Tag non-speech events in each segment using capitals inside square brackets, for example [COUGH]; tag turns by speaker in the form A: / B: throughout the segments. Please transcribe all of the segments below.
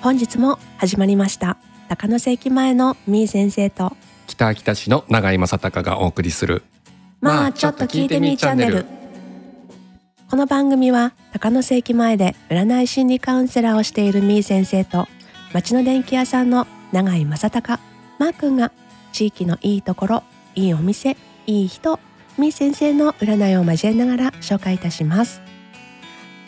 A: 本日も始まりました高野瀬駅前のみー先生と
B: 北秋田市の永井正隆がお送りする
A: まあちょっと聞いてみーチャンネルこの番組は高野瀬駅前で占い心理カウンセラーをしているみー先生と町の電気屋さんの永井正隆マー君が地域のいいところいいお店いい人みー先生の占いを交えながら紹介いたします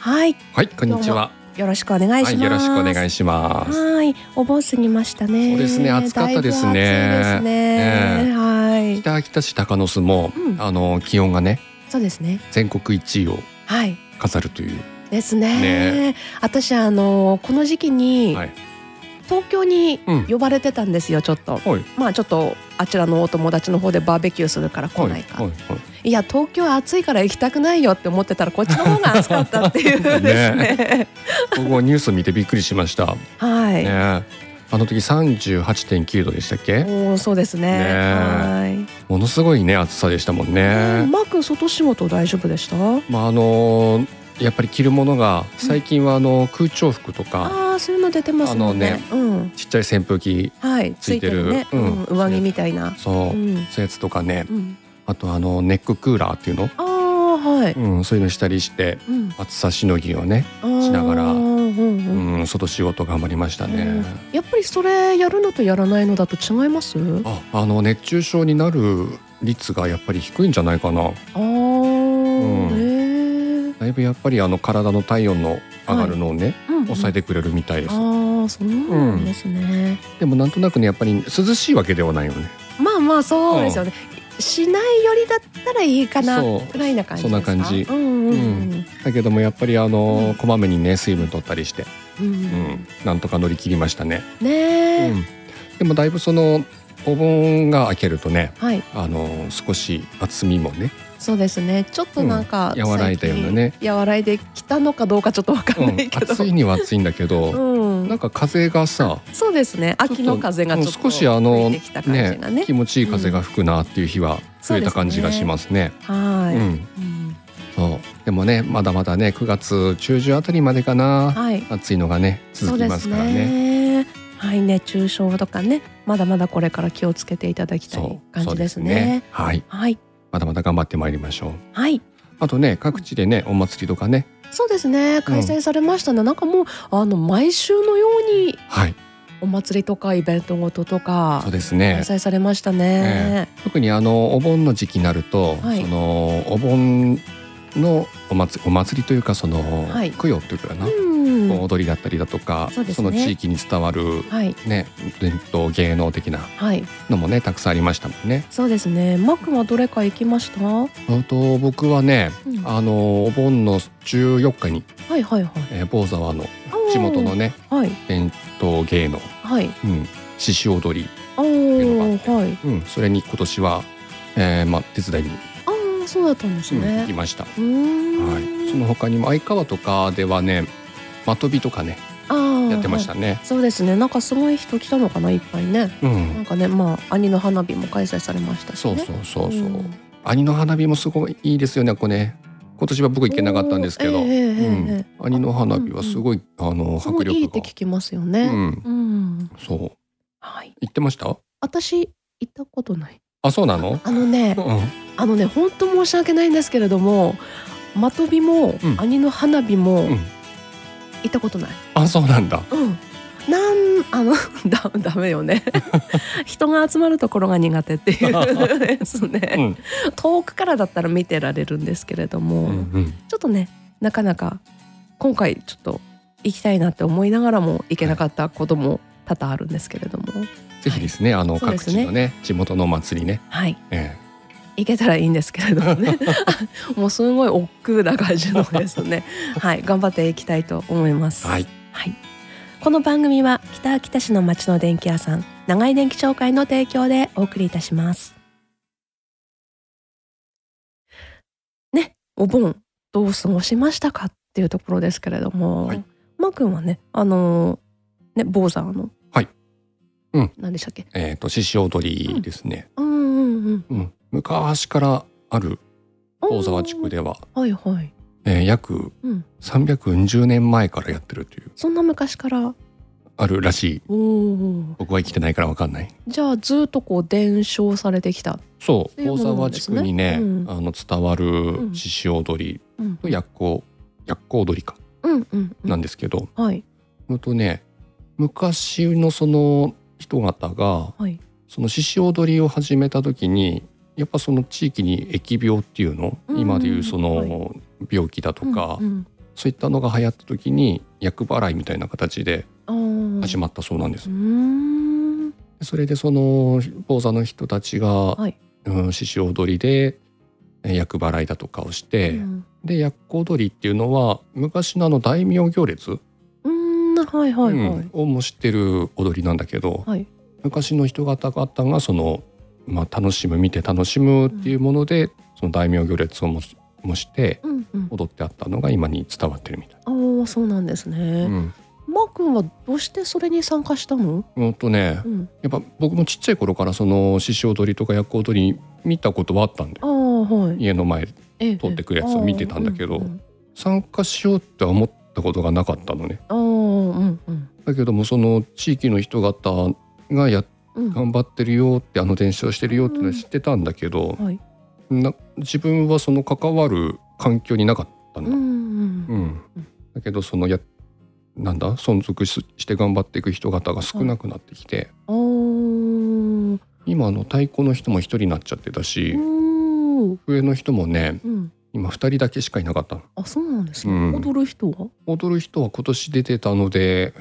A: はい
B: はいこんにちは
A: よろしくお願いします、
B: はいよろしくお願いします
A: はい、お盆過ぎましたね。
B: そうですね暑かったですね
A: だいぶ暑いですね。
B: ね
A: はい。
B: 北秋田市高野洲も、
A: うん
B: あの気温がね
A: そうですね。
B: 全国一位を
A: はい。
B: 飾るという、
A: ですね。
B: ね
A: 私あのこの時期に、
B: はい
A: 東京に
B: うん
A: 呼ばれてたんですよ。ちょっと、
B: はい
A: まあちょっとあちらのお友達の方でバーベキューするから来ないか。
B: はい
A: い、や東京暑いから行きたくないよって思ってたらこっちの方が暑かったっていう
B: ね
A: ですね。
B: 僕はニュース見てびっくりしました、
A: [LAUGHS] はい。
B: ねあの時38.9度でしたっけ
A: おおそうですね。
B: ね
A: はい。
B: ものすごいね暑さでしたもん
A: う
B: ね
A: ん、マー君外仕事大丈夫でした？
B: まああのやっぱり着るものが最近はあの空調服とか
A: ああーそういうの出てますもんね。うん。
B: ちっちゃい扇風機
A: はい。つ
B: つ
A: い
B: い
A: て
B: て
A: る
B: る
A: ね。うん。
B: うん
A: 上着みたいな。
B: そうう、
A: ん。
B: そういうやつとかね
A: うん。
B: あとあのネッククーラーっていうの、
A: ああはい。
B: うん、そういうのしたりして
A: うん。
B: 暑さしのぎをね、
A: あー
B: しながら
A: うんう。
B: うんん、外仕事頑張りましたね、
A: うんやっぱりそれやるのとやらないのだと違います？あ
B: ああの熱中症になる率がやっぱり低いんじゃないかな
A: あー。へえ。
B: だいぶやっぱりあの体の体温の上がるのをね、
A: うん。
B: 抑えてくれるみたいです、
A: ああそうなんですね。
B: でもなんとなくねやっぱり涼しいわけではないよね
A: まあまあそうですよね。しないよりだったらいいかな
B: そう
A: くらいな感じですか。
B: そんな感じ
A: うんうんうん
B: だけどもやっぱりあの、
A: うん
B: こまめにね水分取ったりして、
A: う
B: うんん。、なんとか乗り切りましたね、
A: ね
B: う
A: え。
B: ん、でもだいぶそのお盆が明けるとね
A: はい。
B: あの少し厚みもね
A: そうですね。ちょっとなんか、
B: うん和らいだようなね
A: 最近和らいできたのかどうかちょっとわかん [LAUGHS] ないけど。
B: 暑いには暑いんだけど、
A: うん
B: なんか風がさ
A: そうですね。秋の風がちょっと
B: うん少しあの
A: 吹いてきた感じがね。
B: 気持ちいい風が吹くなっていう日は増えた感じがしますね。
A: はい、
B: う
A: う
B: ん、
A: ん
B: そうでもねまだまだね9月中旬あたりまでかな
A: はい。
B: 暑いのがね
A: そ
B: 続
A: う
B: き
A: で
B: ますすからね。
A: ね。はい、熱中症とかね、まだまだこれから気をつけていただきたい感
B: そ
A: じ
B: う
A: ですね。
B: はい
A: はい、
B: まだまだ頑張ってまいりましょう。
A: はい。
B: あとね各地でねお祭りとかね
A: そうですね。開催されましたね。なんかもうあの毎週のように
B: はい
A: お祭りとかイベントごととか
B: そうです
A: 開
B: ね
A: 催されましたね。
B: 特にあのお盆の時期になると、
A: はい
B: そのお盆のお祭りお祭りというかその、
A: はい
B: 供養というかな、
A: うん
B: 踊りだったりだとか
A: そうですね
B: の地域に伝わる、
A: はい
B: ね、伝統芸能的な
A: はい
B: のもねたくさんありましたもんね。
A: そうですねマックはどれか行きました、うん
B: あと僕はねあのお盆の14日に、
A: はいはいはい
B: えー、坊沢の地元のね
A: はい
B: 伝統芸能、
A: はい
B: うん、獅子踊り、
A: あ
B: いうのがあっ
A: ーはい
B: うん、それに今年は、えーまあ、手伝いに、
A: あーそうだったんです
B: うん行
A: ね
B: きました。
A: うーん
B: はい、その他にも相川とかではねまとびとかね
A: あー
B: やってまし
A: は
B: たね
A: い、そうですねなんかすごい人来たのかないっぱいね
B: うん
A: なんかねまあ兄の花火も開催されましたし
B: そう
A: ね
B: そうそうそう、
A: ん
B: 兄の花火もすごいいいですよねこれね今年は僕行けなかったんですけど、
A: おーええええええ
B: うん、兄の花火はすごい、あの
A: すご
B: 迫力
A: い
B: が
A: いいって聞きますよね、
B: うん、
A: うん
B: そう
A: はい
B: 行ってました
A: 私行ったことない
B: あそうなの
A: あのね
B: う
A: あのね本当申し訳ないんですけれどもまとびも、
B: うん
A: 兄の花火も、
B: ん、うん、
A: 行ったことない。
B: あそうなんだ
A: うん。なんあの [LAUGHS] だダメよ
B: [LAUGHS]
A: ね。人が集まるところが苦手っていうです
B: う
A: ね。
B: ん
A: 遠くからだったら見てられるんですけれども、
B: うんうん
A: ちょっとねなかなか今回ちょっと行きたいなって思いながらも行けなかったことも多々あるんですけれども、
B: ぜひですねあの
A: そうで
B: 各
A: す
B: 地
A: ね
B: のね地元のお祭りね、
A: はい。
B: ええ
A: 行けたらいいんですけれども
B: [LAUGHS]
A: ねもうすごい億劫な感じのです
B: [LAUGHS]
A: ねはい頑張っていきたいと思います
B: はい、
A: はい、この番組は北秋田市の町の電気屋さん長井電気商会の提供でお送りいたしますねお盆どう過ごしましたかっていうところですけれども、
B: はい
A: まーくんはねあのーね坊沢の
B: はいうん
A: 何でしたっけ
B: えー、と獅子踊りですね、
A: うんうんうん
B: うん昔からある大沢地区では、
A: はいはい
B: えー約
A: うん
B: 340年前からやってるという
A: そんな昔から
B: あるらしい
A: おお。
B: 僕は生きてないからわかんない
A: じゃあずっとこう伝承されてきた。
B: そ
A: そ
B: う
A: ういうもの
B: 大
A: なん
B: 沢
A: で
B: 地
A: すね
B: 区にね、
A: うん
B: あの伝わる
A: ん
B: 獅子踊り
A: うん
B: と薬効薬効踊りか
A: うんうんう
B: なんですけど、
A: ん。はい
B: うんとね昔のその人方が
A: はい。
B: その獅子踊りを始めた時にやっぱその地域に疫病っていうの、
A: うん
B: 今でいうそ
A: は
B: の病気だとか、
A: うん
B: そういったのが流行った時に厄払いみたいな形で
A: うん、ああ。
B: 始まったそうなんです
A: うー。ん。
B: それでその坊座の人たちが、
A: はい
B: うん、獅子踊りでえー厄払いだとかをして、
A: うん
B: で厄子踊りっていうのは昔のあの大名行列、
A: うーんはいはいはい。
B: うんを模してる踊りなんだけど、
A: はい
B: 昔の人方々がその、まあ、楽しむ見て楽しむっていうもので、その大名行列を模し模して
A: うんうん。
B: 踊ってあったのが今に伝わってるみたい。
A: ああそうなんです
B: う
A: ね。
B: ん
A: マー君はどうしてそれに参加したの？
B: ほんとね
A: うん。
B: やっぱ僕もちっちゃい頃からその獅子踊りとか厄子踊り見たことはあったんで
A: ああはい。
B: 家の前
A: ええ
B: 撮ってくるやつを見てたんだけど
A: あー
B: 参加しようって思ったことがなかったのね
A: うんうんうん
B: だけどもその地域の人方がや
A: あーうんうん。
B: 頑張ってるよってあの伝承してるよってのは知ってたんだけど
A: う、んはい。
B: な自分はその関わる環境になかった
A: うん
B: の、
A: うん
B: うん
A: うん
B: だけどそのやなんだ存続しして頑張っていく人方が少なくなってきて、
A: あー
B: 今あの太鼓の人も一人になっちゃってたし、
A: おー
B: 笛の人もね
A: うん。
B: 今二人だけしかいなかったの
A: あそうなんですね。
B: うん
A: 踊る人は？
B: 踊る人は今年出てたので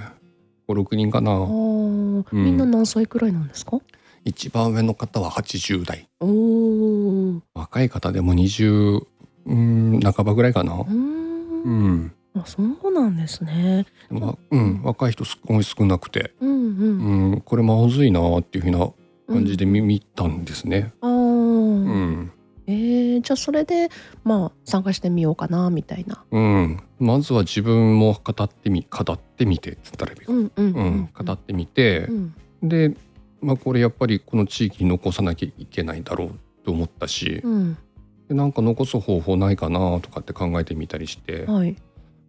B: 56人かな
A: ああ、みんな何歳くらいなんですか？
B: 一番上の方は80代
A: おお。う
B: 若い方でも20うん半ばぐらいかな
A: ーん。
B: うん、
A: あ、そうなんですね。
B: でもうん、若い人すごい少なくて、
A: うんう。
B: うんん、これまずいなっていうふうな感じで
A: うん
B: 見,、見たんですね、
A: ああ、
B: うん
A: えーじゃあそれでまあ参加してみようかなみたいな。
B: うん、まずは自分も語ってみ語ってみてっつったらいいか
A: うんうん
B: う
A: うんん。
B: 語ってみて
A: う、ん
B: で、まあ、これやっぱりこの地域に残さなきゃいけないだろうと思ったし、
A: うん
B: でなんか残す方法ないかなとかって考えてみたりして、
A: はい。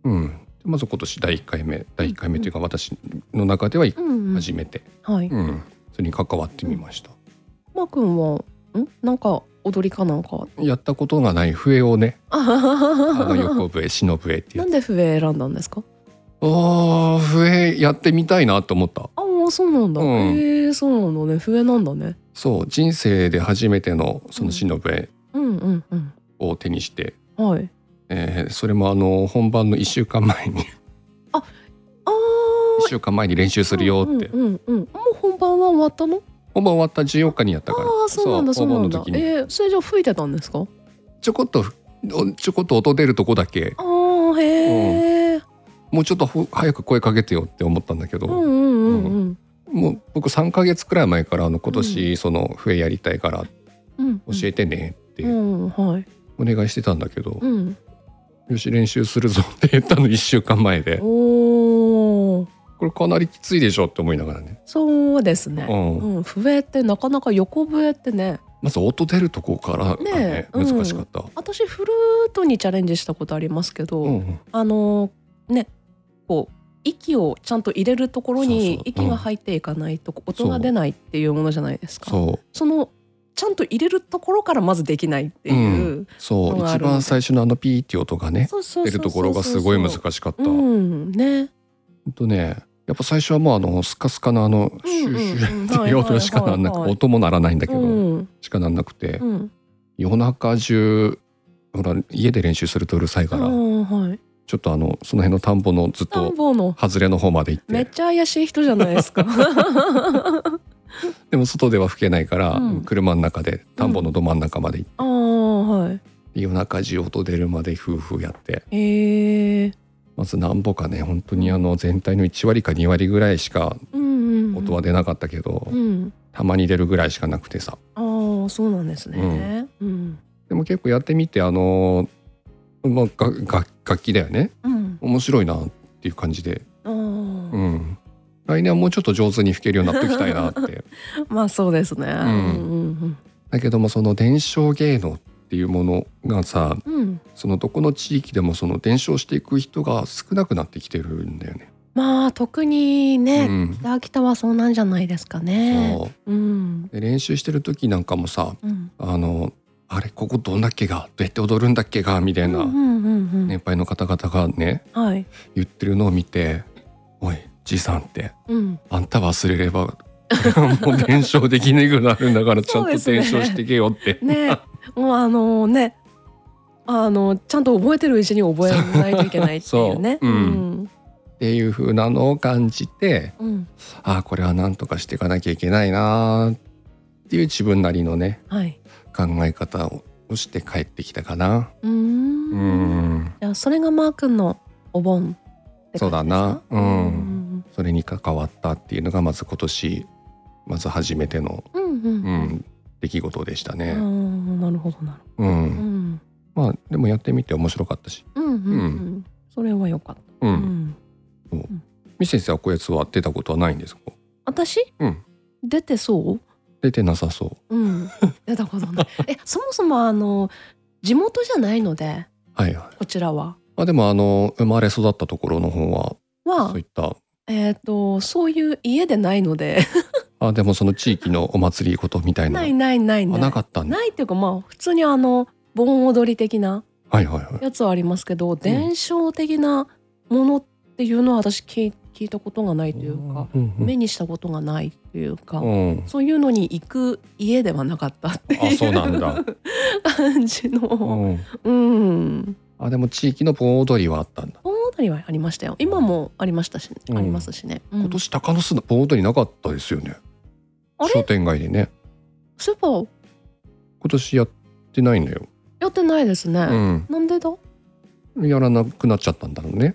B: うん、でまず今年第1回目第1回目というか私の中では
A: うんうん。
B: 初めて、
A: はい。
B: うんそれに関わってみました、
A: まーくんはんなんか踊りかなんか。
B: やったことがない笛をね
A: あはは
B: あの
A: は
B: 横笛篠笛って
A: [LAUGHS] な
B: や
A: ん
B: つ
A: で笛選んだんですか？
B: ああ笛やってみたいなと思った
A: ああそうなんだ。
B: うん
A: へえそうなんだね。笛なんだね。
B: そう人生で初めてのその篠笛
A: うんうんうん。
B: を手にして、
A: はい。
B: えーそれもあの本番の1週間前に
A: ああ。
B: 1週間前に練習するよって、
A: うんうんうんうん、もう本番は終わったの？
B: 本番終わった14日にやったから
A: ああそうなんだそうなんだ
B: 本。番の時に
A: えー、それじゃあ吹いてたんですか？
B: ちょこっとおちょこっと音出るとこだけ
A: ああへえ。
B: もうちょっとほ早く声かけてよって思ったんだけど、
A: うんうんうんうん。
B: もう僕3ヶ月くらい前からあの今
A: う
B: 年その笛やりたいから
A: うん、
B: 教えてねって
A: うんはい。
B: お願いしてたんだけど、
A: うん。
B: よし練習するぞって言ったの1週間前で
A: おお。
B: これかなりきついでしょって思いながらね、
A: そうです
B: う
A: ね。
B: ん
A: うん、笛ってなかなか横笛ってね
B: まず音出るとこからがね
A: ねえうん
B: 難しかった、
A: 私フルートにチャレンジしたことありますけど、
B: うんうん
A: あのねこう息をちゃんと入れるところに
B: そうそううん
A: 息が入っていかないと音
B: そ
A: が
B: う
A: 出ないっていうものじゃないですか。
B: そう
A: そのちゃんと入れるところからまずできないっていう、
B: そう
A: のがあ
B: 一
A: る
B: 番最初のあのピーっていう音がね
A: そうそう
B: 出
A: そうそう
B: るところがすごい難しかった、
A: う
B: ほ
A: ん
B: ん
A: ね
B: とねやっぱ最初はもうあのスカスカのあのシューシュー [LAUGHS] っていう音しかならな
A: はいはいはい
B: く
A: はい
B: 音も鳴らないんだけ
A: う
B: ど、
A: ん
B: しかなんなくて、
A: うん
B: 夜中中ほら家で練習するとうるさいから、
A: うんはい
B: ちょっとあのその辺の田んぼのずっ
A: 田ん
B: と
A: ぼの
B: 外れの方まで行っ
A: めってちゃ怪しい人じゃないですか。
B: でも外では吹けないから、
A: うん
B: 車の中で田んぼのど真ん中まで行って、
A: ああはい。
B: 夜中中音出るまで夫婦やって
A: ええ
B: まずなんぼかね本当にあの全体の1割か2割ぐらいしか
A: うんうん。
B: 音は出なかったけど、
A: うん。
B: たまに出るぐらいしかなくてさ
A: ああそうなんですね。うん。
B: でも結構やってみてあのまあがが楽器だよね
A: うん。
B: 面白いなっていう感じで、
A: ああ、
B: うん、来年はもうちょっと上手に吹けるようになっておきたいな
A: [LAUGHS]
B: って
A: まあそうですね。うんうん
B: だけどもその伝承芸能っていうものがさ
A: うん。うん。
B: そのどこの地域でもその伝承していく人が少なくなってきてるんだよね。
A: まあ特にね、
B: うん
A: 北秋田はそうなんじゃないですかね。
B: そう
A: うん、
B: で練習してる時なんかもさ
A: うん、
B: あのあれここどんだっけがどうやって踊るんだっけがみたい
A: うんう
B: なん
A: うんうん
B: 年配の方々がね
A: はい、
B: 言ってるのを見て「おいじいさんって
A: うん、
B: あんた忘れればこれはもう伝承できねえくなるんだからちゃ
A: そ
B: ん
A: う
B: と
A: ですね
B: 伝承してけよ」って。 [LAUGHS]
A: ね
C: もうあのねあのちゃんと覚えてるうちに覚えないといけないっていうね。
B: [LAUGHS] そううんっていう風なのを感じて
C: うんうん
B: ああこれは何とかしていかなきゃいけないなーっていう自分なりのね
C: はい。
B: 考え方をして帰ってきたかな。
A: うーんう
B: う
A: ん
B: ん
A: じゃあそれがマー君のお盆って感じですか
B: そうだなうん
A: うん
B: それに関わったっていうのがまず今年まず初めての、
A: うんうん
B: う
A: うん
B: ん、出来事でした
A: あ
B: ね。
A: ーなるほどなる
B: う、
A: ほどうんん
B: まあでもやってみて面白かったし、
A: うんうんう
B: うん
A: それは良かっ
B: う、
A: た、うんん、
B: み先生はこやつは出たことはないんですか？
A: 私、
B: うん
A: 出てそ
B: 出てなさそう。
A: ううん出たこと
B: [LAUGHS]
A: ないえそもそもあの地元じゃないので
B: はいはい。
A: こちらは
B: まあでもあの生まれ育ったところの方は
A: は
B: そういった
A: えっ、とそういう家でないので
B: あでもその地域のお祭りことみたいな
A: ないないないな
B: あ
A: い
B: なかったね。
A: ないっていうかまあ普通にあの盆踊り的な
B: はいはいはい。
A: やつはありますけど、伝承的なものっていうのは私聞い聞いたことがないというか、
B: うんうん
A: 目にしたことがないというか、
B: うん、
A: そういうのに行く家ではなかったっていう
B: あそうなんだ
A: [LAUGHS] 感じの、
B: うん
A: うん、
B: あでも地域の盆踊りはあったんだ。
A: 盆踊りはありましたよ。今もありましたし、
B: うん
A: ありますしね。うん
B: 今年高野市の盆踊りなかったですよね。
A: あれ
B: 商店街でね
A: スーパー
B: 今年やってないんだよ。
A: やってないですね。
B: う
A: なんでだ？
B: ん、やらなくなっちゃったんだろうね。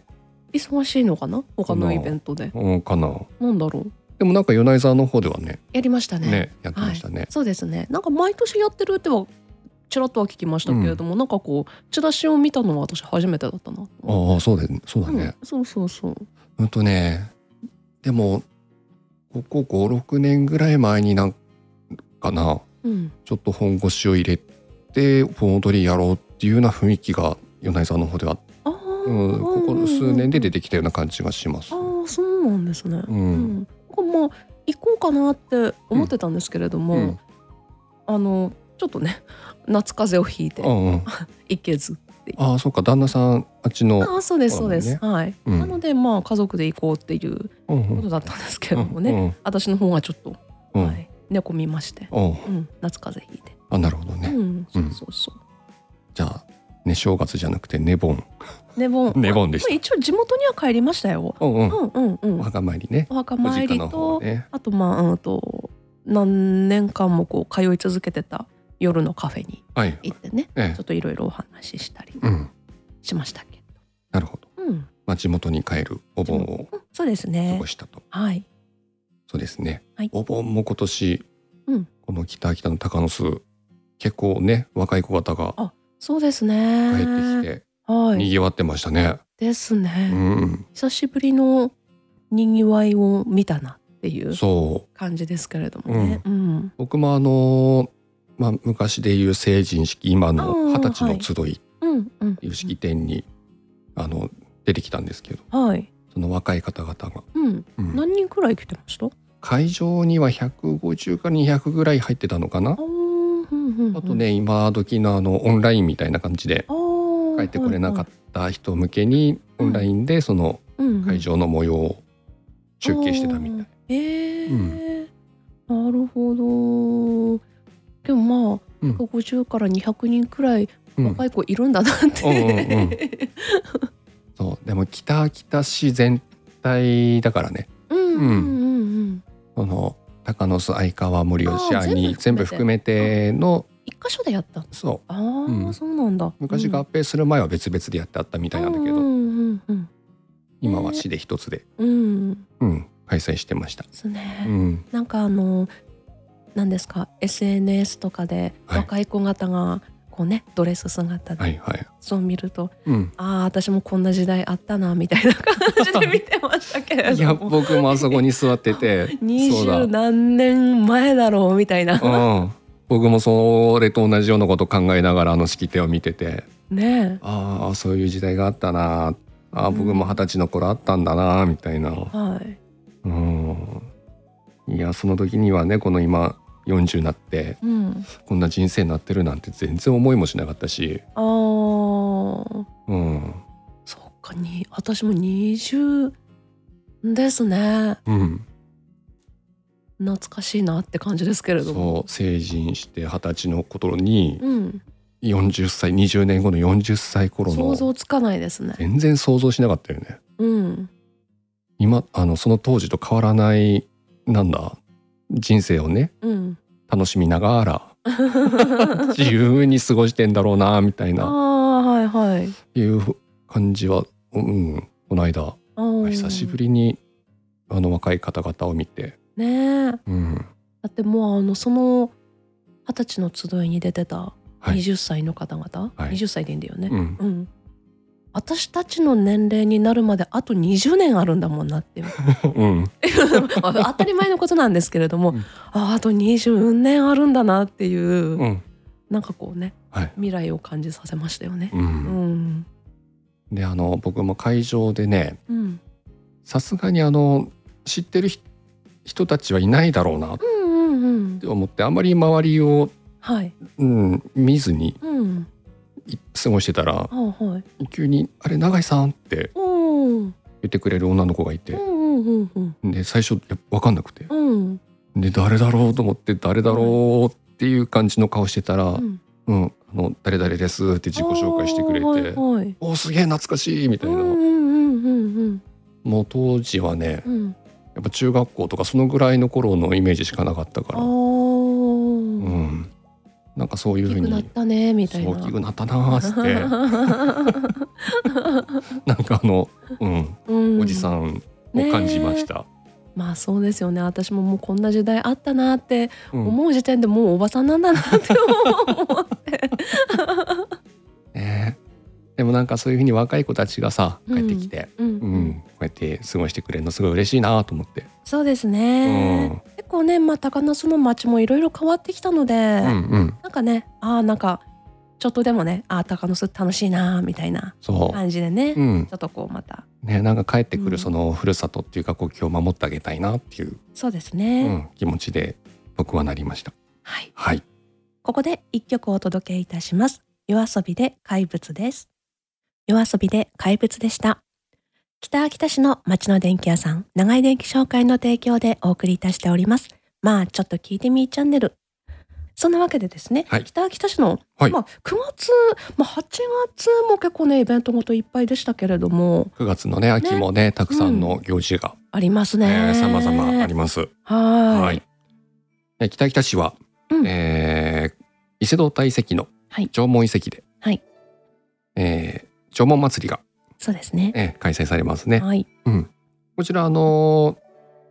A: 忙しいのかな？他
B: か
A: の
B: な
A: イベントで。
B: うん、かな。
A: なんだろう。
B: でもなんか米沢の方ではね、
A: やりました
B: ね、
A: ね。
B: やってましたね。
A: そうですね。なんか毎年やってるってはちらっとは聞きましたけれども、なんかこうチラシを見たのは私初めてだったな。
B: ああ、そうだね、そうだ
A: うん
B: ね。
A: そうそうそう。
B: うん、とね、でもここ五六年ぐらい前になんかな、
A: うん。
B: ちょっと本腰を入れて盆踊りやろうっていうような雰囲気が米沢の方では、
A: ああ、
B: うん、ここ数年で出
A: て。
B: てきたような感じがします。
A: ああ、そうなんですね。
B: う、
A: うんん。まあ行こうかなって思ってたんですけれども、
B: うん、
A: あのちょっとね夏風邪をひいて
B: うん、うん
A: 行けず。
B: ああ、そうか、旦那さんあっちの、
A: ああ、そうですそ
B: そうう
A: で
B: だ
A: す。
B: ね
A: はい。
B: うん
A: なのでまあ家族で行こうっていう
B: うん、う
A: こ
B: ん
A: とだったんですけれどもね、私の方がちょっと、
B: うん、うん、
A: はい、寝込みまして、
B: うん
A: うん、夏風邪ひいて。
B: あ、なるほどね。
A: うん、
B: うん
A: そうそうそう。
B: じゃあ、ね、正月じゃなくて、ねぼん。
A: ねぼん。
B: ねぼんでし
A: まあ
B: た。
A: 一応地元には帰りましたよ。
B: うんう。
A: うんんうんう
B: お
A: ん。
B: 墓参りね。
A: お墓
B: お
A: 参り
B: じかの
A: と、
B: 方ね。
A: あとまあうんと何年間もこう通い続けてた夜のカフェに
B: はい。
A: 行ってね、
B: ええ
A: ちょっといろいろお話ししたり
B: うん。
A: しましたけ
B: なるほど。
A: ど。うん、
B: まあ、地元に帰るお盆を
A: うんそうです
B: 過
A: ね
B: ご。したと。
A: はい。
B: そうですね。
A: はい
B: お盆も今年、
A: うん
B: この北秋田の高野巣、結構ね、若い子方が
A: そうですね。
B: 帰ってきて、
A: はい。
B: 賑わってましたね。
A: ですね。
B: うん。
A: 久しぶりのにぎわいを見たなっていう
B: そう。
A: 感じですけれどもね。うん。
B: 僕もあのーまあ、昔でいう成人式今の
A: あー
B: 二十歳の集いっ
A: うんうん
B: ていう式典に、あの出てきたんですけど
A: はい。
B: その若い方々が、
A: うん。
B: うん
A: 何人くらい来てました？あ
B: 会場には150から200ぐらい入ってたのかな
A: あ、うんうん。
B: あと。ね今時のあのオンラインみたいな感じで
A: ああ。
B: 帰ってこれなか
A: っ
B: った人向けに
A: うん
B: オンラインでその
A: た。うんうん
B: 会場の模様を中継してたみたい。
A: い。ええー。なるほど。でも
B: う
A: まあ
B: ん
A: 150から200人くらい
B: うん
A: 若い子いるんだなっ
B: うんうんうん
A: て。
B: そうでも北秋田市全体だからね
A: うんうんうんうん。
B: その高野須相川森吉
A: あー
B: 愛に
A: 全
B: 全
A: 部
B: 部
A: 含
B: 含めての
A: 一箇所でやった。あ
B: そ
A: あ
B: う
A: ー、
B: ん
A: そうなんだ。
B: う昔合併する前は別々でやってあったみたいなんだけ
A: うん
B: ど
A: うんうん
B: 今は市で一つで、
A: うん。うん。で
B: うん、開催してました。
A: すね。
B: うん
A: なんかあの何ですか SNS とかで
B: はい
A: 若い子方がこうねドレス姿で
B: はいはい
A: そう見ると、
B: うん
A: ああ私もこんな時代あったなみたいな感じで見てましたけれ
B: いや
A: ども
B: 僕もあそこに座ってて
A: [LAUGHS] 二
B: そうだ
A: 十何年前だろうみたいな
B: うん僕もそれと同じようなこと考えながらあの式典を見てて
A: ねえ
B: ああそういう時代があったなーっああ僕も二十歳の頃あったんだなみたいな、
A: はい。
B: うん、いやその時にはねこの今40になって
A: うん。
B: こんな人生になってるなんて全然思いもしなかったし、
A: ああ。
B: うん
A: そっかに私も20ですね
B: うん、
A: 懐かしいなって感じですけれども
B: そう成人して二十歳の頃に
A: うん、
B: 40歳20年後の40歳頃
A: 想
B: の
A: 像つかないですね
B: 全然想像しなかったよね
A: うん
B: 今あのその当時と変わらないなんだ人生をね
A: うん
B: 楽しみ [LAUGHS] なが [LAUGHS] ら
A: あ
B: 自由に過ごしてんだろうなみたい
A: あ
B: な
A: はいはい
B: いう感じは、うん、この間久しぶ
A: り
B: りにあの若い方々を見て、
A: ねえだ
B: うん、
A: ってもうあのその二十歳の集いに出てた
B: はい
A: 20歳の方々、
B: はい
A: 20歳でいいんだよね、
B: うん、
A: うん私たちの年齢になるまであと20年あるんだもんなって
B: [LAUGHS]
A: いう [LAUGHS]
B: うん、
A: まあ当たり前のことなんですけれども、
B: うん
A: ああと20年あるんだなっていう、
B: うん、
A: なんかこうね
B: はい、
A: 未来を感じさせましたよね。
B: う、
A: うんん、
B: で、あの僕も会場でね、
A: うん、
B: さすがにあの知ってる人人たちはいないだろうなっ
A: うん、うん、うん
B: て思って、あんまり周りを、
A: はい、
B: うん、見ずに
A: うん、
B: い過ごしてたら
A: あ、はい、
B: 急に「あれ永井さん」って
A: うん、
B: 言ってくれる女の子がいて
A: うん、うん、うん、
B: で最初分かんなくて
A: うん、
B: で誰だろうと思って誰だろうっていう感じの顔してたら「
A: うん、
B: うん、あの誰々です」って自己紹介してくれて「
A: あーはい、はい、
B: おーすげえ懐かしい」みた
A: う
B: い
A: ん、
B: な、
A: うん、うん、うん、
B: もう当時はね
A: うん、
B: やっぱ中学校とかそのぐらいの頃のイメージしかなかったか
A: あ
B: ら、
A: あ、
B: う
A: 大
B: ん、なんかそういうふ
A: き
B: う
A: くなっ
B: に
A: たねみたい
B: そう
A: な。
B: 大きくなったなーっつって
A: [LAUGHS]
B: なんかあの、うん、
A: うん、
B: おじさ
A: ん。
B: んを感じました。
A: まあそうですよね。私ももうこんな時代あったなって
B: うん
A: 思う時点でもうおばさんなんだなって思って。
B: ねでもなんかそういうふうに若い子たちがさ帰ってきて、
A: うん
B: うんこうやって過ごしてくれるのすごい嬉しいなと思って、
A: そうですね。結構ね、まあ、高菜その町もいろいろ変わってきたので、
B: うん、うんうん
A: なんかねああなんかちょっとでもねああ高野巣楽しいなみたいな
B: そう、
A: 感じでね、
B: う
A: ち
B: ん
A: ょっとこうまた
B: ね、なんか帰ってく
A: うん
B: るそのふるさとっていうか故郷を守ってあげたいなっていう、
A: そうです
B: う
A: ね、
B: ん、気持ちで僕はなりました。
A: はい
B: はい、
D: ここで一曲お届けいたします。夜遊びで怪物です。夜遊びで怪物でした。北秋田市の町の電気屋さん、長井電気商会の提供でお送りいたしております。まあ、ちょっと聞いてみーチャンネル。
A: そんなわけでですね、
B: はい
A: 北秋田市の、
B: はい
A: まあ、9月、まあ、8月も結構ねイベントごといっぱいでしたけれども
B: 9月のね秋もねたくさんの行事が、
A: あります
B: え
A: ね。
B: ー様々あります。
A: はい
B: はい。え北北市は、
A: うん
B: えー伊勢堂大遺跡の
A: はい
B: 縄文遺跡で、
A: はい
B: えー縄文祭りが、
D: そうですね。
B: えー開催されますね。
A: はい
B: こちらあの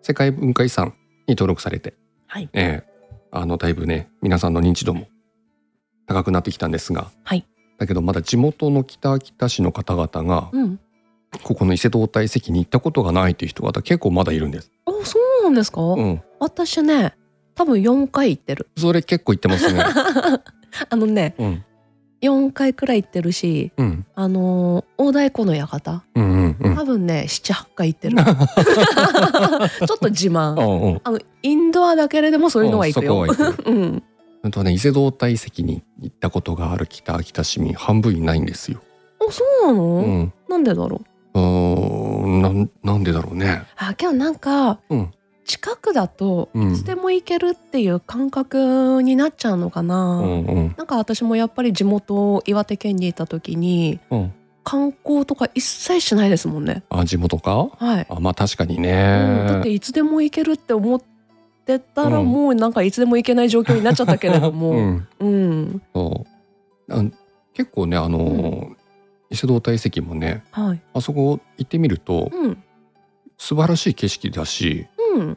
B: ー世界文化遺産に登録されて、
D: はい
B: えーあのだいぶね皆さんの認知度も高くなってきたんですが、
D: はい
B: だけどまだ地元の北秋田市の方々が、
A: うん、
B: ここの伊勢堂大遺跡に行ったことがないという人々結構まだいるんです。
A: あそうなんですか、
B: うん、
A: 私ね多分4回行ってる [LAUGHS]
B: それ結構行ってますね。
A: あのね
B: うん、
A: 4回くらい行ってるし
B: うん、
A: あのー大太鼓の館
B: うん、うん、うん。
A: 多分ね78回行ってる [LAUGHS] ちょっと自慢
B: うんうん
A: あのインドアだけれどもそういうのは行くよ
B: うんそこは行く
A: うん
B: うんとね伊勢堂大遺跡に行ったことがある北秋田市民半分いないんですよ。
A: あそうなの、
B: うん。
A: なんでだろう
B: うーんなんなんでだろうね。
A: あけどなんか、
B: うん
A: 近くだと
B: うん
A: いつでも行けるっていう感覚になっちゃうのかな、
B: うんうん
A: なんか私もやっぱり地元岩手県にいた時に
B: うん。
A: 観光とか一切しないですもんね
B: あ地元か。
A: はい
B: あまあ確かに
A: うんだっ
B: ね
A: て。いつでも行けるって思ってたら
B: うん
A: もうなんかいつでも行けない状況になっちゃったけれど
B: [LAUGHS] う
A: も、
B: ん。
A: うん
B: そうあ結構ねあのー、伊勢堂大遺跡もね
A: はい、
B: あそこ行ってみると
A: うん
B: 素晴らしい景色だし
A: うん、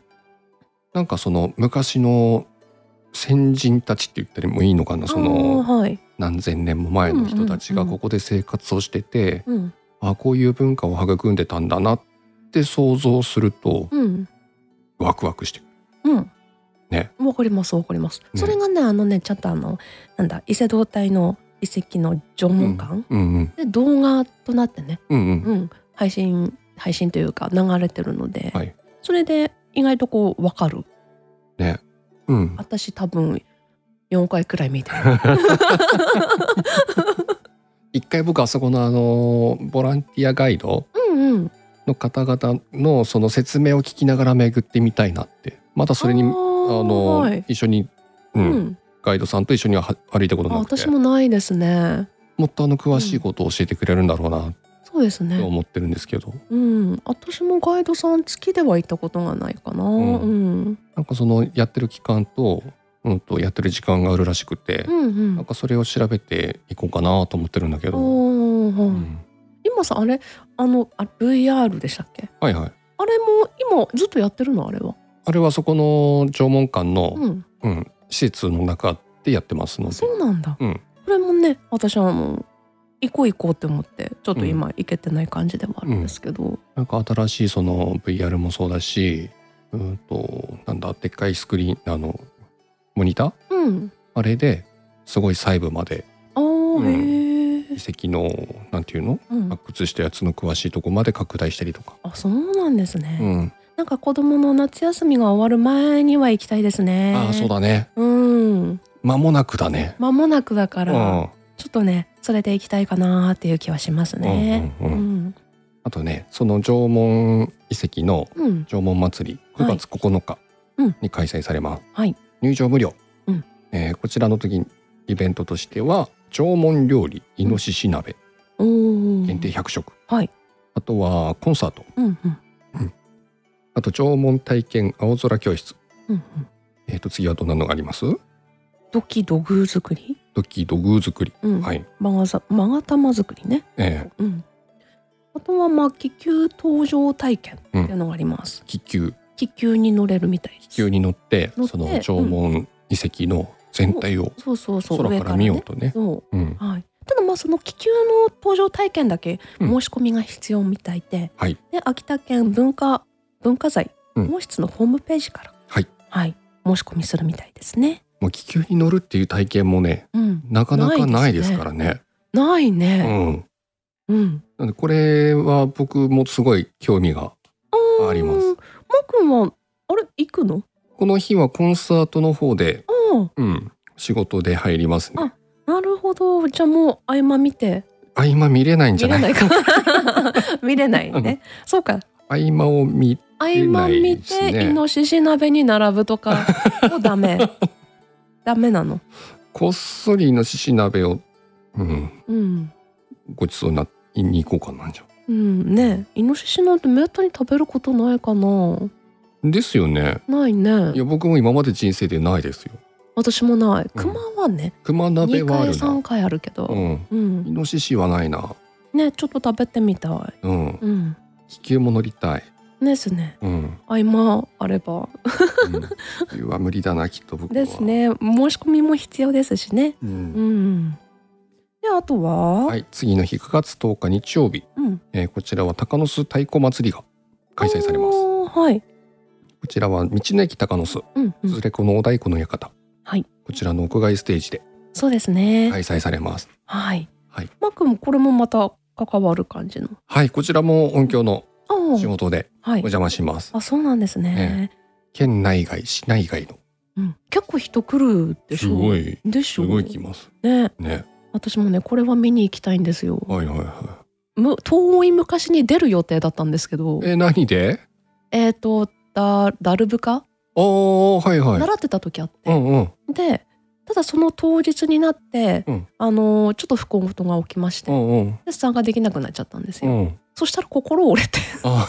B: なんかその昔の先人たちって言ったりもいいのかなそ
A: あ
B: の
A: ーはい、
B: 何千年も前の人たちがここで生活をしてて。
A: うん
B: あこういう文化を育んでたんだなって想像すると
A: うん
B: ワクワクしてくる。
A: うん、
B: ね
A: わかりますわかります、
B: ね
A: それがねあのねちゃんとあのなんだ伊勢堂隊の遺跡の縄文館、
B: うんうん
A: で動画となってね、
B: うんうん
A: うん、配信配信というか流れてるので、
B: はい
A: それで意外とこう分かる
B: ねうん
A: 私多分4回くらい見て
B: [LAUGHS]
A: る
B: 一回僕あそこのあのボランティアガイド
A: うんうん
B: の方々のその説明を聞きながら巡ってみたいなってまたそれに
A: あ
B: あ
A: ー
B: の、
A: はい
B: 一緒に、う
A: うんん、
B: ガイドさんと一緒にはは歩いたこと
A: あ
B: なく
A: 私
B: て
A: もないですね
B: もっとあの詳しいことを教えてくれるんだろうな
A: そうですね
B: と思ってるんですけど、
A: うん、私もガイドさん付きでは行ったことがないかな。うんん、うん、
B: なんかそのやってる期間と,、うん、とやってる時間があるらしくて、
A: うん、
B: なんかそれを調べていこうかなと思ってるんだけど、
A: おーは
B: う
A: い
B: ん
A: 今さ、あれ、あの、あ、VR でしたっけ。
B: はいはい
A: あれも、今ずっとやってるの、あれは。
B: あれはそこの縄文館の、
A: うん、
B: うん施設の中でやってますので
A: そうなんだ。
B: うん
A: これもね、私はもう。行こう行こうって思って、ちょっと今行けてない感じではあるんですけど。
B: なんか新しいその VR もそうだしうんとなんだでっかいスクリーンあのモニター
A: うん、
B: あれですごい細部まで
A: ああ、
B: ん
A: へえ。
B: 遺跡のなんていうの
A: うん、
B: 発掘したやつの詳しいとこまで拡大したりとか、
A: あ、そうなんですね。
B: うん、
A: なんか子供の夏休みが終わる前には行きたいですね。
B: ああそう。だね
A: うん、
B: 間もなくだね。
A: 間もなくだか
B: う
A: ら。
B: ん
A: ちょっとねそれで行きたいかなっていう気はしますね。
B: うんうん
A: う
B: うん
A: ん
B: あとねその縄文遺跡の
A: うん
B: 縄文祭り9月9日
A: うん
B: に開催されます、
A: はい
B: 入場無料、
A: うん
B: えーこちらの時にイベントとしては縄文料理イノシシ鍋
A: おー
B: 限定100食、
A: はい
B: あとはコンサート
A: うんうん
B: あと縄文体験青空教室
A: うんうん
B: えー、と次はどんなのがあります
A: 土器土偶作り、
B: 土器土偶作り、
A: うん
B: はい、
A: マガザマガ玉作りね。
B: え
A: うんあとはまあ気球搭乗体験っていうのがあります。
B: ー気球
A: 気球に乗れるみたいです。
B: 気球に乗って
A: 乗って
B: その縄文遺跡の全体を
A: そうそうそう
B: 空から見ようとね
A: ね。そ
B: うん
A: うはい。ただまあその気球の搭乗体験だけ
B: うん
A: 申し込みが必要みたいで、
B: はい
A: で秋田県文化文化財
B: うん
A: 毛室のホームページから、
B: はい
A: はい申し込みするみたいですね。
B: もう気球に乗るっていう体験もね
A: うん、
B: なかなかな
A: ないい
B: で
A: ですすね
B: からね。
A: ないね。
B: うん、
A: うん。
B: なんでこれは僕もすごい興味が
A: あー
B: あります。
A: まくんはあれ行くの？
B: この日はコンサートの方で、
A: あ
B: うん、仕事で入りますね
A: あ。あ、なるほど。じゃあもう合間見て
B: 合間見れないんじ
A: 見
B: ゃな
A: れ
B: い
A: ないか。見れない [LAUGHS] ね。そうか。
B: 合間を見
A: 合
B: れな
A: 間
B: い
A: 見
B: です
A: て、
B: ね
A: イノシシ鍋に並ぶとかもうダメ。ダメなの。
B: こっそりの獅子鍋を、うん、
A: うん。
B: ごちそうになに行こうかなんじゃ
A: うんねイノシシなんてめったに食べることないかな
B: あ。ですよね。
A: ない
B: い
A: ね
B: や僕も今まで人生でないですよ。
A: 私もない熊はね、
B: 熊鍋
A: 2
B: はあ
A: 回
B: るな
A: 3。回あるけ
B: う
A: ど、
B: ん。
A: うん
B: イノシシはないな。
A: ねちょっと食べてみたい
B: うん。
A: うん
B: 気球も乗りたい。
A: ですね
B: うん。
A: 合間あれば
B: うん、気球は無理だなきっと僕は。
A: です。ね申し込みも必要ですしね
B: う。
A: うんんであとは、
B: はい、次の日9月10日日曜日、
A: うん
B: えーこちらは鷹の巣太鼓祭りが開催されます。
A: おーはい、
B: こちらは道の駅鷹の巣、
A: うんう
B: ず
A: ん、
B: れこのお太鼓の館、
A: はい
B: こちらの屋外ステージで
A: そうですねはい、
B: 開催されます。
A: はい
B: はい
A: マックもこれもまた関わる感じの
B: はい、こちらも音響の
A: あー
B: 仕事で
A: は
B: お
A: い
B: 邪魔します。
A: あそうなんですね、
B: 県内外、市内外の
A: うん、結構人来るでしょ
B: すごい
A: でし
B: す
A: ょ
B: ごい来ます
A: ね
B: ね。
A: 私もねこれは見に行きたいんですよ
B: はいはいは
A: む遠い昔に出る予定だったんですけど
B: い。え何で？
A: えっ、とだダルブカ、
B: ああはいはい。
A: 習ってた時あっ
B: う
A: て、
B: んうん
A: でただその当日になって、
B: うん
A: あのーちょっと不幸事が起きまして、
B: うんうん
A: で参加できなくなっちゃったんです
B: う
A: よ、
B: ん。
A: そしたら心折れて
B: あ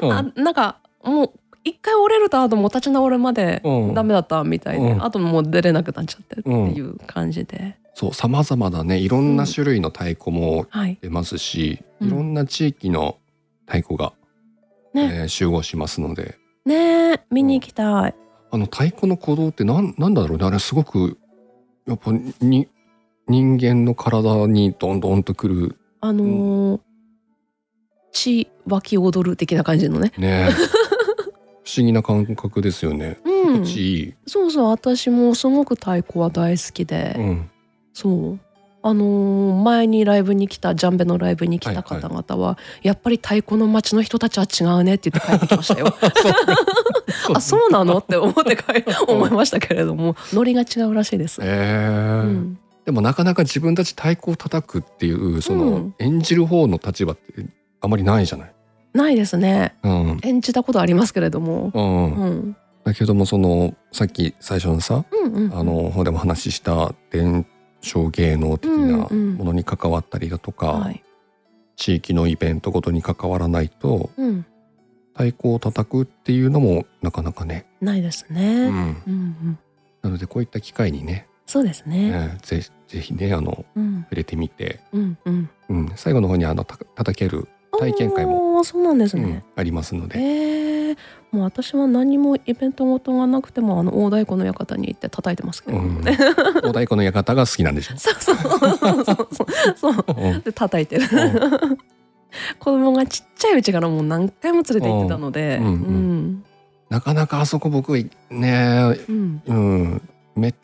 A: もう、あなんかもう一回折れるとあともう立ち直るまで
B: うん
A: ダメだったみたいで、
B: うん
A: あともう出れなくなっちゃってっていう感じで、
B: そうさまざまだね。いろんな種類の太鼓も
A: はい
B: 出ますし、
A: うん
B: いろんな地域の太鼓が、
A: ね
B: えー集合しますので
A: ねえ見に行きたい、
B: あの太鼓の鼓動ってなんなんだろうねあれすごくやっぱに人間の体にどんどんとくる
A: あのー血湧き踊る的な感じのね [LAUGHS]
B: ね不思議な感覚ですよね。
A: う、
B: うんちいい、
A: そうそう私もすごく太鼓は大好きで、
B: うん
A: そうあのー前にライブに来たジャンベのライブに来た方々は、やっぱり太鼓の町の人たちは違うねって言って帰ってきました
B: [LAUGHS]
A: よ。あそうなのって思って帰思いましたけれどもノリが違うらしいです。
B: へえ
A: うん
B: でもなかなか自分たち太鼓を叩くっていうその、
A: うん
B: 演じる方の立場ってあまりないじゃない。
A: ないですね
B: うん
A: 演じたことありますけれども、
B: うん
A: うん、うん
B: だけどもそのさっき最初のさ
A: うん
B: あの方でも話しした伝承芸能的な
A: うんうん
B: ものに関わったりだとか、
A: はい
B: 地域のイベントごとに関わらないと
A: うん、
B: 太鼓を叩くっていうのもなかなかね、
A: ないです
B: う
A: ね、うん
B: ん、
A: うん
B: なのでこういった機会にね、
A: そうですね、
B: えーぜひぜひねあの
A: うん
B: 触れてみて、
A: うんうん、
B: うん、最後の方にあのた叩ける、体験会も
A: あーそうなんです
B: う
A: ね、
B: ん、ありますので、
A: えー、もう私は何もイベントごとがなくてもあの大太鼓の館に行って叩いてますけ
B: う
A: ど、。
B: ん、お太鼓の館が好きなんでしょ
A: [LAUGHS] そうそうそうそうそうそう [LAUGHS]
B: うん
A: で叩いてる子供がちっちゃいうちからもう何回も連れて行ってたので
B: うんう
A: う
B: ん
A: ん
B: なかなかあそこ僕ね、
A: うん
B: うん、め、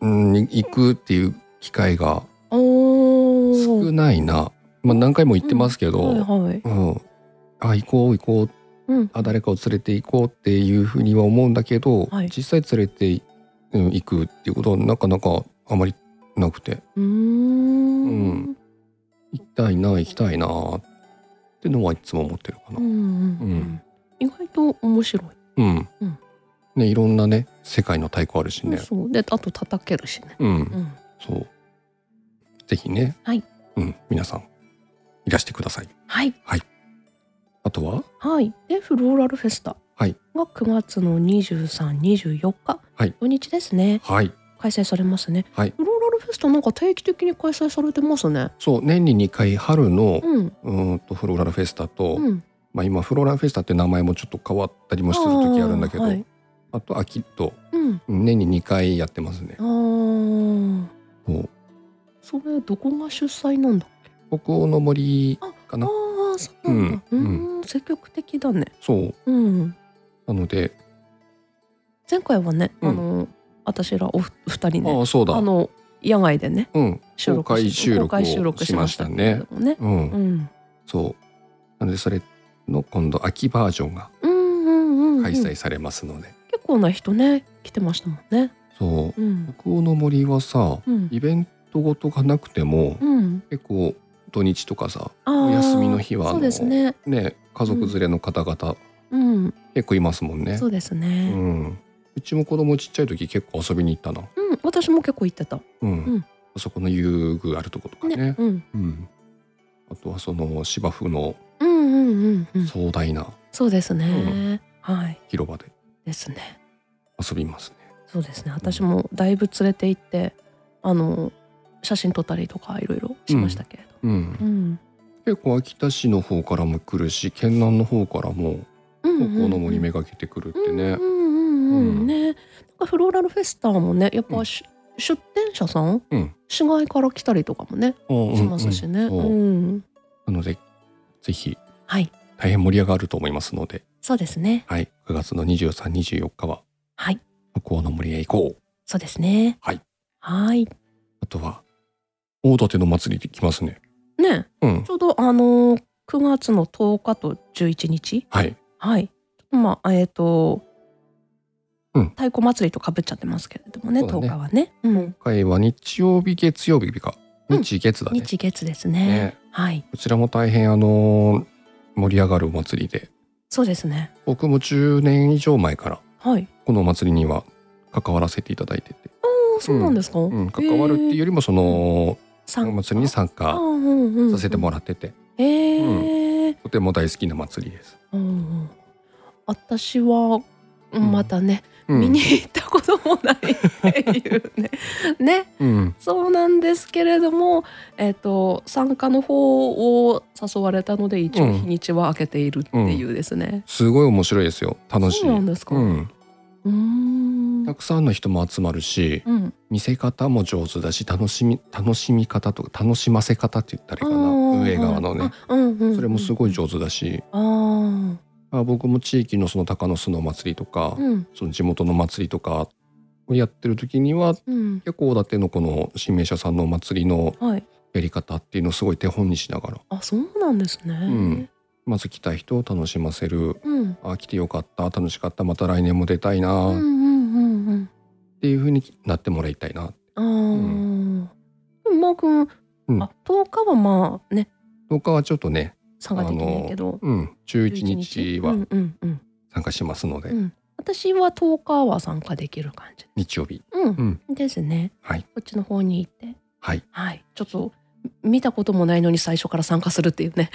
B: うん、行くっていう機会が
A: お
B: 少
A: ー
B: ないな。まあ何回も行ってますけど、うん、
A: はいはい
B: あ行こう行こう
A: うん
B: あ誰かを連れて行こうっていうふうには思うんだけど、
A: はい
B: 実際連れて、うん行くっていうことはなかなかあまりなくて
A: うーん
B: 行きたいな行きたいなってのはいつも思ってるか
A: う
B: な。
A: んうん意外と面白い
B: うん
A: うん
B: ね、いろんなね世界の太鼓あるし
A: そう
B: ね。
A: そうであと叩けるしね
B: うん、
A: うん
B: そうぜひね、
A: はい
B: うん、皆さんいらしてください。
A: はい
B: あとは
A: はい、でフローラルフェスタ
B: はい
A: が9月の23、24日、
B: はい
A: 土日ですね
B: はい
A: 開催されますね、
B: はい
A: フローラルフェスタなんか定期的に開催されてますね
B: そう年に2回春の
A: うん
B: うーんとフローラルフェスタと、
A: うん
B: まあ、今フローラルフェスタって名前もちょっと変わったりもする時あるんだけど
A: あ
B: あ,、
A: ーはい
B: と秋と
A: うん
B: 年に2回やってますね
A: あ。ー
B: そう
A: それどこが主催なんだ
B: 北欧の森か
A: あ
B: な
A: あそうなんだう
B: うん
A: ーん積極的だね
B: そう
A: うん
B: なので
A: 前回はね、
B: うん
A: あの私らおふ二人ね
B: ああそう
A: あ
B: だ
A: の野外でね
B: うん
A: 収録
B: 公開収録を
A: 公開収録しましたけれどもね
B: うん、
A: うん
B: そうなのでそれの今度秋バージョンが
A: うんうんうんうん
B: 開催されますので、
A: 結構な人ね来てましたもんね。
B: そう
A: うん。
B: 北欧の森はさ
A: うん。
B: イベントごとがなくても、
A: うん。
B: 結構土日とかさ
A: あー
B: お休みの日はあの
A: そうですね。
B: ね家族連れの方々、
A: うん。
B: 結構いますもんね
A: そうです
B: う
A: ね。
B: ん、うちも子供ちっちゃい時結構遊びに行ったな、
A: うん、私も結構行ってた。
B: うん
A: うん
B: あそこの遊具あるとことかね
A: ね。うん。
B: うん、あとはその芝生の
A: うんうんうんうん。
B: 壮大な
A: そうですね。はい。
B: 広場で
A: ですね。
B: 遊びますね。
A: そうですね。私もだいぶ連れて行って、あの写真撮ったりとかいろいろしましたけれ
B: うん
A: ど。うん。
B: 結構秋田市の方からも来るし県南の方からも
A: うんうん
B: 北欧
A: うん
B: の森めがけてくるってね、
A: うんうんうんう
B: うんん
A: ね。なんかフローラルフェスタもね、やっ
B: う
A: ぱ
B: ん
A: し出店者さん
B: うん、
A: 市外から来たりとかもね、
B: うんうん
A: しますしね。
B: そう
A: うん。
B: なのでぜひ
A: はい。
B: 大変盛り上がると思いますので、
A: そうですね。
B: はい、9月の2324日は
A: はい。
B: 北欧の森へ行こう
A: そうですね。
B: はい。
A: はい。
B: あとは大館の祭りで来ますね。
A: ね、
B: うん
A: ちょうどあのー9月の10日と11日。
B: はい
A: はい。まあえっ、と、
B: うん
A: 太鼓祭りとかぶっちゃってますけれどもね、
B: そうだね
A: 10日はね。うん。
B: 今回は日曜日月曜日か
A: うん
B: 日月だね,、
A: 日月ですね。
B: ね
A: はい。
B: こちらも大変あのー盛り上がるお祭りで
A: そうですね。
B: 僕も10年以上前から
A: はい。
B: このお祭りには関わらせていただいてて、
A: ああ、そうなんですか。
B: うん、関わるっていうよりもそのお祭りに参
A: 加
B: 加させてもらってて、
A: うん。へえ。
B: とても大好きな祭りです。
A: うんうん。私は
B: ん
A: またね、
B: うん
A: 見に行ったこともないっていうね。 [LAUGHS] ね。
B: うん
A: そうなんですけれども、えっと参加の方を誘われたので一
B: う
A: 応
B: ん
A: 日にちは開けているっていうですね。
B: すごい面白いですよ楽しい
A: そうなんですか。う
B: うん
A: ーん。
B: たくさんの人も集まるし
A: うん。
B: 見せ方も上手だし楽しみ楽しみ方とか楽しませ方って言ったら
A: あ
B: いいかな
A: ー
B: 運営側のね。
A: あうんうん。
B: それもすごい上手だし、
A: ああ。
B: あ僕も地域のその鷹の巣の祭りとか、
A: うん。
B: その地元の祭りとかをやってる時には
A: うん
B: 結構大館のこの新名社さんのお祭りの
A: はい
B: やり方っていうのをすごい手本にしながら
A: あそうなんですね、
B: んまず来た人を楽しませる
A: うん、うん
B: あ来てよかった楽しかったまた来年も出たいな
A: うんう
B: っ
A: んうん
B: ていう風になってもらいたいな
A: あーでもマー君、
B: うん
A: あ10日はまあね
B: 10日はちょっとね、
A: 差ができないけど
B: うん、11日
A: う
B: は
A: んうんうん
B: 参加しますので、
A: うん私は10日は参加できる感じ
B: 日曜日
A: うん、ですね
B: はい
A: こっちの方に行って
B: はい
A: はいちょっと見たこともないのに最初から参加するっていうね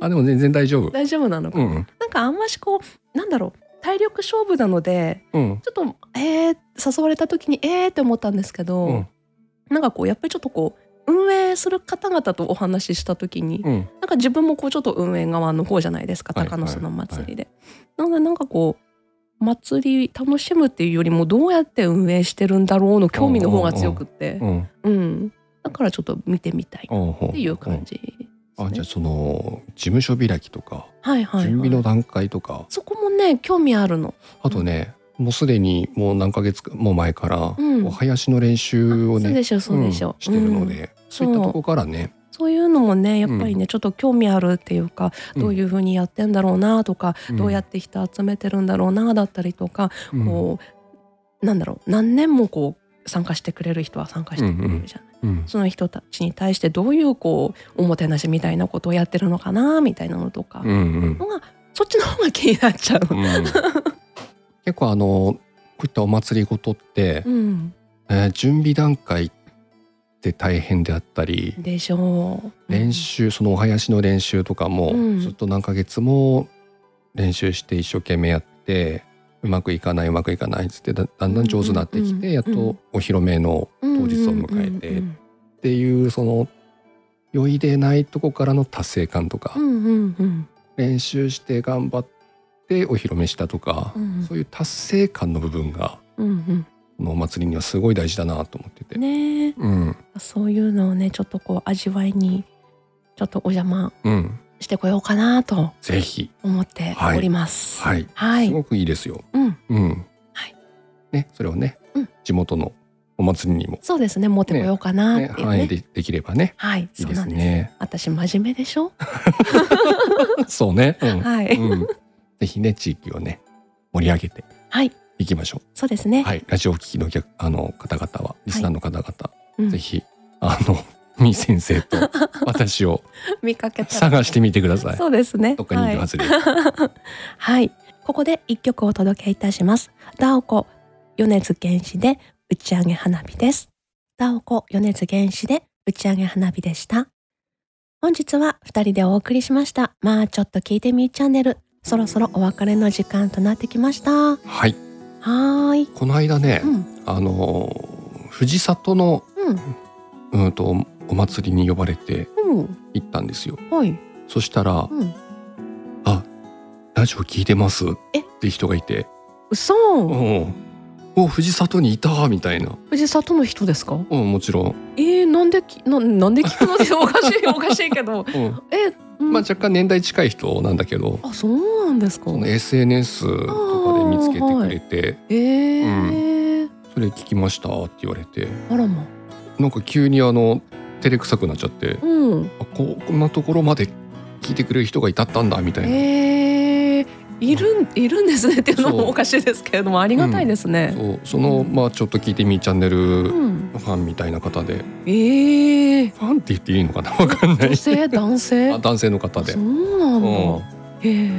B: あでも全然大丈
A: [LAUGHS]
B: 夫
A: 大丈夫なのか、
B: うん
A: なんかあんましこうなんだろう体力勝負なので
B: うん
A: ちょっとえー、誘われた時にえーって思ったんですけど、
B: うん
A: なんかこうやっぱりちょっとこう運営する方々とお話しした時に、
B: うん
A: なんか自分もこうちょっと運営側の方じゃないですか
B: はい
A: 高野その祭りで。なのでなんかこう祭り楽しむっていうよりもどうやって運営してるんだろうの興味の方が強くって
B: う、ん
A: うん、だからちょっと見てみたい
B: あほ
A: っていう感じですね、
B: うんあじゃあその事務所開きとか
A: はいはいはい、
B: 準備の段階とか、
A: そこもね興味あるの。
B: あとねもうすでにもう何ヶ月かも前から
A: うん
B: お囃子の練習を
A: そう
B: ね
A: でしょそうでしょ、
B: うんしてるの
A: うん
B: で、そういったとこからね
A: そういうのもねやっぱりね、ちょっと興味あるっていうかどういううふうにやってんだろうなとか、
B: ん
A: どうやって人集めてるんだろうなだったりとか、こうなんだろう何年もこう参加してくれる人は参加してくれるじゃない、
B: うんうん
A: その人たちに対してどういうこうおもてなしみたいなことをやってるのかなみたいなのとか、
B: うんうん
A: のがそっちの方が気になっちゃう。
B: [LAUGHS] うん結構あのこういったお祭りごとって
A: う、ん、
B: えー準備段階って大変であったり、
A: でしょう。
B: 練習そのお囃子の練習とかも、
A: うん
B: ずっと何ヶ月も練習して一生懸命やってうまくいかないうまくいかないっつってだだんだん上手になってきて、
A: うん
B: やっとお披露目の
A: 当
B: 当日を迎えてっていうその酔いでないとこからの達成感とか、
A: うんうんうん
B: 練習して頑張ってお披露目したとか、
A: うん
B: そういう達成感の部分が
A: うん
B: このお祭りにはすごい大事だなと思ってて。
A: うんねえ
B: うん
A: そういうのをねちょっとこう味わいにちょっとお邪魔
B: うん、
A: してこようかなと
B: ぜひ、
A: 思っております。
B: はい、
A: はい、
B: すごくいいですよ。
A: うん
B: うん。
A: はい。
B: ね、それをね、
A: うん
B: 地元のお祭りにも、
A: そうですね持ってこようかなってい
B: ね、
A: うね
B: 反映でできればね。
A: はい、
B: いい
A: そう
B: で
A: な
B: す
A: んです。
B: ね。
A: 私真面目でしょ。
B: [LAUGHS] そうね。うん。
A: はい、
B: うん。ぜひね、地域をね、盛り上げて
A: はい、
B: いきましょ
A: そうです
B: う。
A: ね。
B: はい。ラジオを聞きのお客あの方々は、リスナーの方々、
A: うん
B: ぜひ、あの、 [LAUGHS] みー先生と
A: [LAUGHS]
B: 私を
A: 見かけたら
B: 探してみてください。
A: そうですね。
B: どっかにいるはずです。
A: はい、はいここで一曲お届けいたします。ダオコ米津玄師で打ち上げ花火です。ダオコ米津玄師で打ち上げ花火でした。本日は二人でお送りしました。まあちょっと聞いてみーチャンネル。そろそろお別れの時間となってきました。は
B: はい。
A: ーい。
B: この間ね、
A: うん
B: あの、藤里の、
A: うん
B: うんと、お祭りに呼ばれて
A: うん
B: 行ったんですよ。
A: はい
B: そしたら、
A: うん。
B: ラジオ聞いてます
A: え
B: って人がいて、
A: 嘘。
B: うん、お藤里にいたみたいな、
A: 藤里の人ですか
B: うん、もちろん、
A: えー、なんできななんで聞くのって [LAUGHS] おかしいおかしいけど
B: うん
A: え、うん
B: まあ、若干年代近い人なんだけど、
A: あそうなんですか
B: その SNS とかで見つけてくれて、
A: えー
B: それ聞きましたって言われて
A: あらま
B: なんか急にあの照れくさくなっちゃって、
A: うん
B: あここんなところまで聞いてくれる人がいたったんだみたいな、
A: えー、いるんいるんです
B: [LAUGHS]
A: ねっていうの
B: そう
A: もおかしいですけれどもありがたいですね、
B: そうその、まあ、ちょっと聞いてみーチャンネ
A: う
B: ル
A: ん
B: ファンみたいな方で
A: えー、
B: ファンって言っていいのかなわかんない
A: 女
B: [LAUGHS]
A: 性男性
B: あ男性の方で
A: そ。うなんだ、
B: うん
A: えー、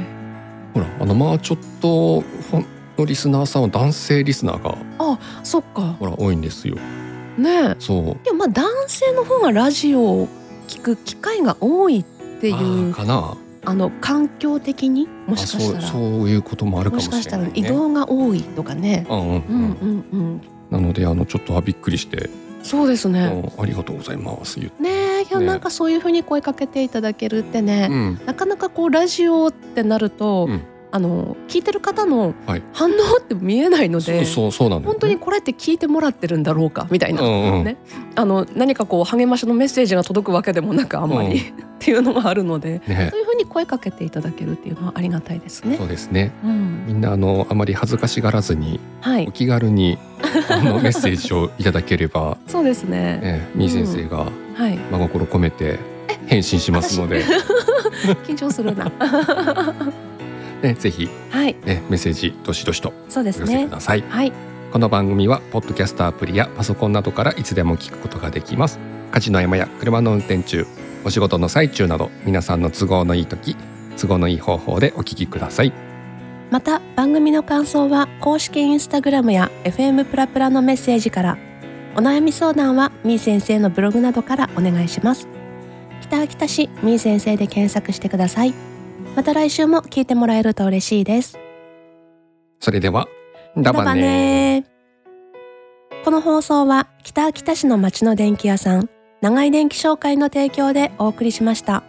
B: ほらあのまあちょっとファンのリスナーさんは男性リスナーが
A: そっか
B: ほら多いんですよ。
A: ね
B: そう。
A: でもまあ男性の方がラジオを聞く機会が多いってい
B: あ
A: う
B: ーかな。
A: あの環境的にも
B: あ
A: し
B: そ
A: かした
B: う
A: ら
B: そういうこともある
A: も
B: かも
A: し
B: し
A: かし
B: れ
A: た
B: な
A: ら
B: い、ね。
A: 移動が多いとかね。
B: うんう
A: う
B: んうんん。
A: うんうん。
B: なのであのちょっとびっくりして、
A: そうですね。
B: うんありがとうございます言って。
A: ねえ、いや
B: ね
A: なんかそういうふうに声かけていただけるってね、
B: うん
A: なかなかこうラジオってなると、
B: うん
A: あの聞いてる方の
B: はい
A: 反応って見えないので、
B: そうそうそうなんだよね
A: 本当にこれって聞いてもらってるんだろうかみたいな、
B: うんうん
A: ね、あの何かこう励ましのメッセージが届くわけでもなくあんまり、っていうのがあるので
B: ね
A: そういうふうに声かけていただけるっていうのはありがたいですね
B: そ。うですね
A: うん、
B: みんなあのあまり恥ずかしがらずに
A: はい
B: お気軽
A: [LAUGHS]
B: にあのメッセージをいただければ、
A: そうですね。
B: えー、みー先生が
A: はい。
B: 真心込めて返信しますので、
D: [LAUGHS]
A: 緊張するな。
B: ね、ぜひ、
A: はい。
B: ね、メッセージどしどしと
A: そうで
B: お
A: す
B: 寄せ
A: ね
B: く。ださい、
A: はい。
B: この番組はポッドキャストアプリやパソコンなどからいつでも聞くことができます家事の合間や車の運転中お仕事の最中など皆さんの都合のいい時都合のいい方法でお聞きください
D: また番組の感想は公式インスタグラムや FM プラプラのメッセージからお悩み相談はみー先生のブログなどからお願いします北秋田市みー先生で検索してくださいまた来週も聞いてもらえると嬉しいです
B: それではだばね
D: この放送は北秋田市の町の電気屋さん長井電気商会の提供でお送りしました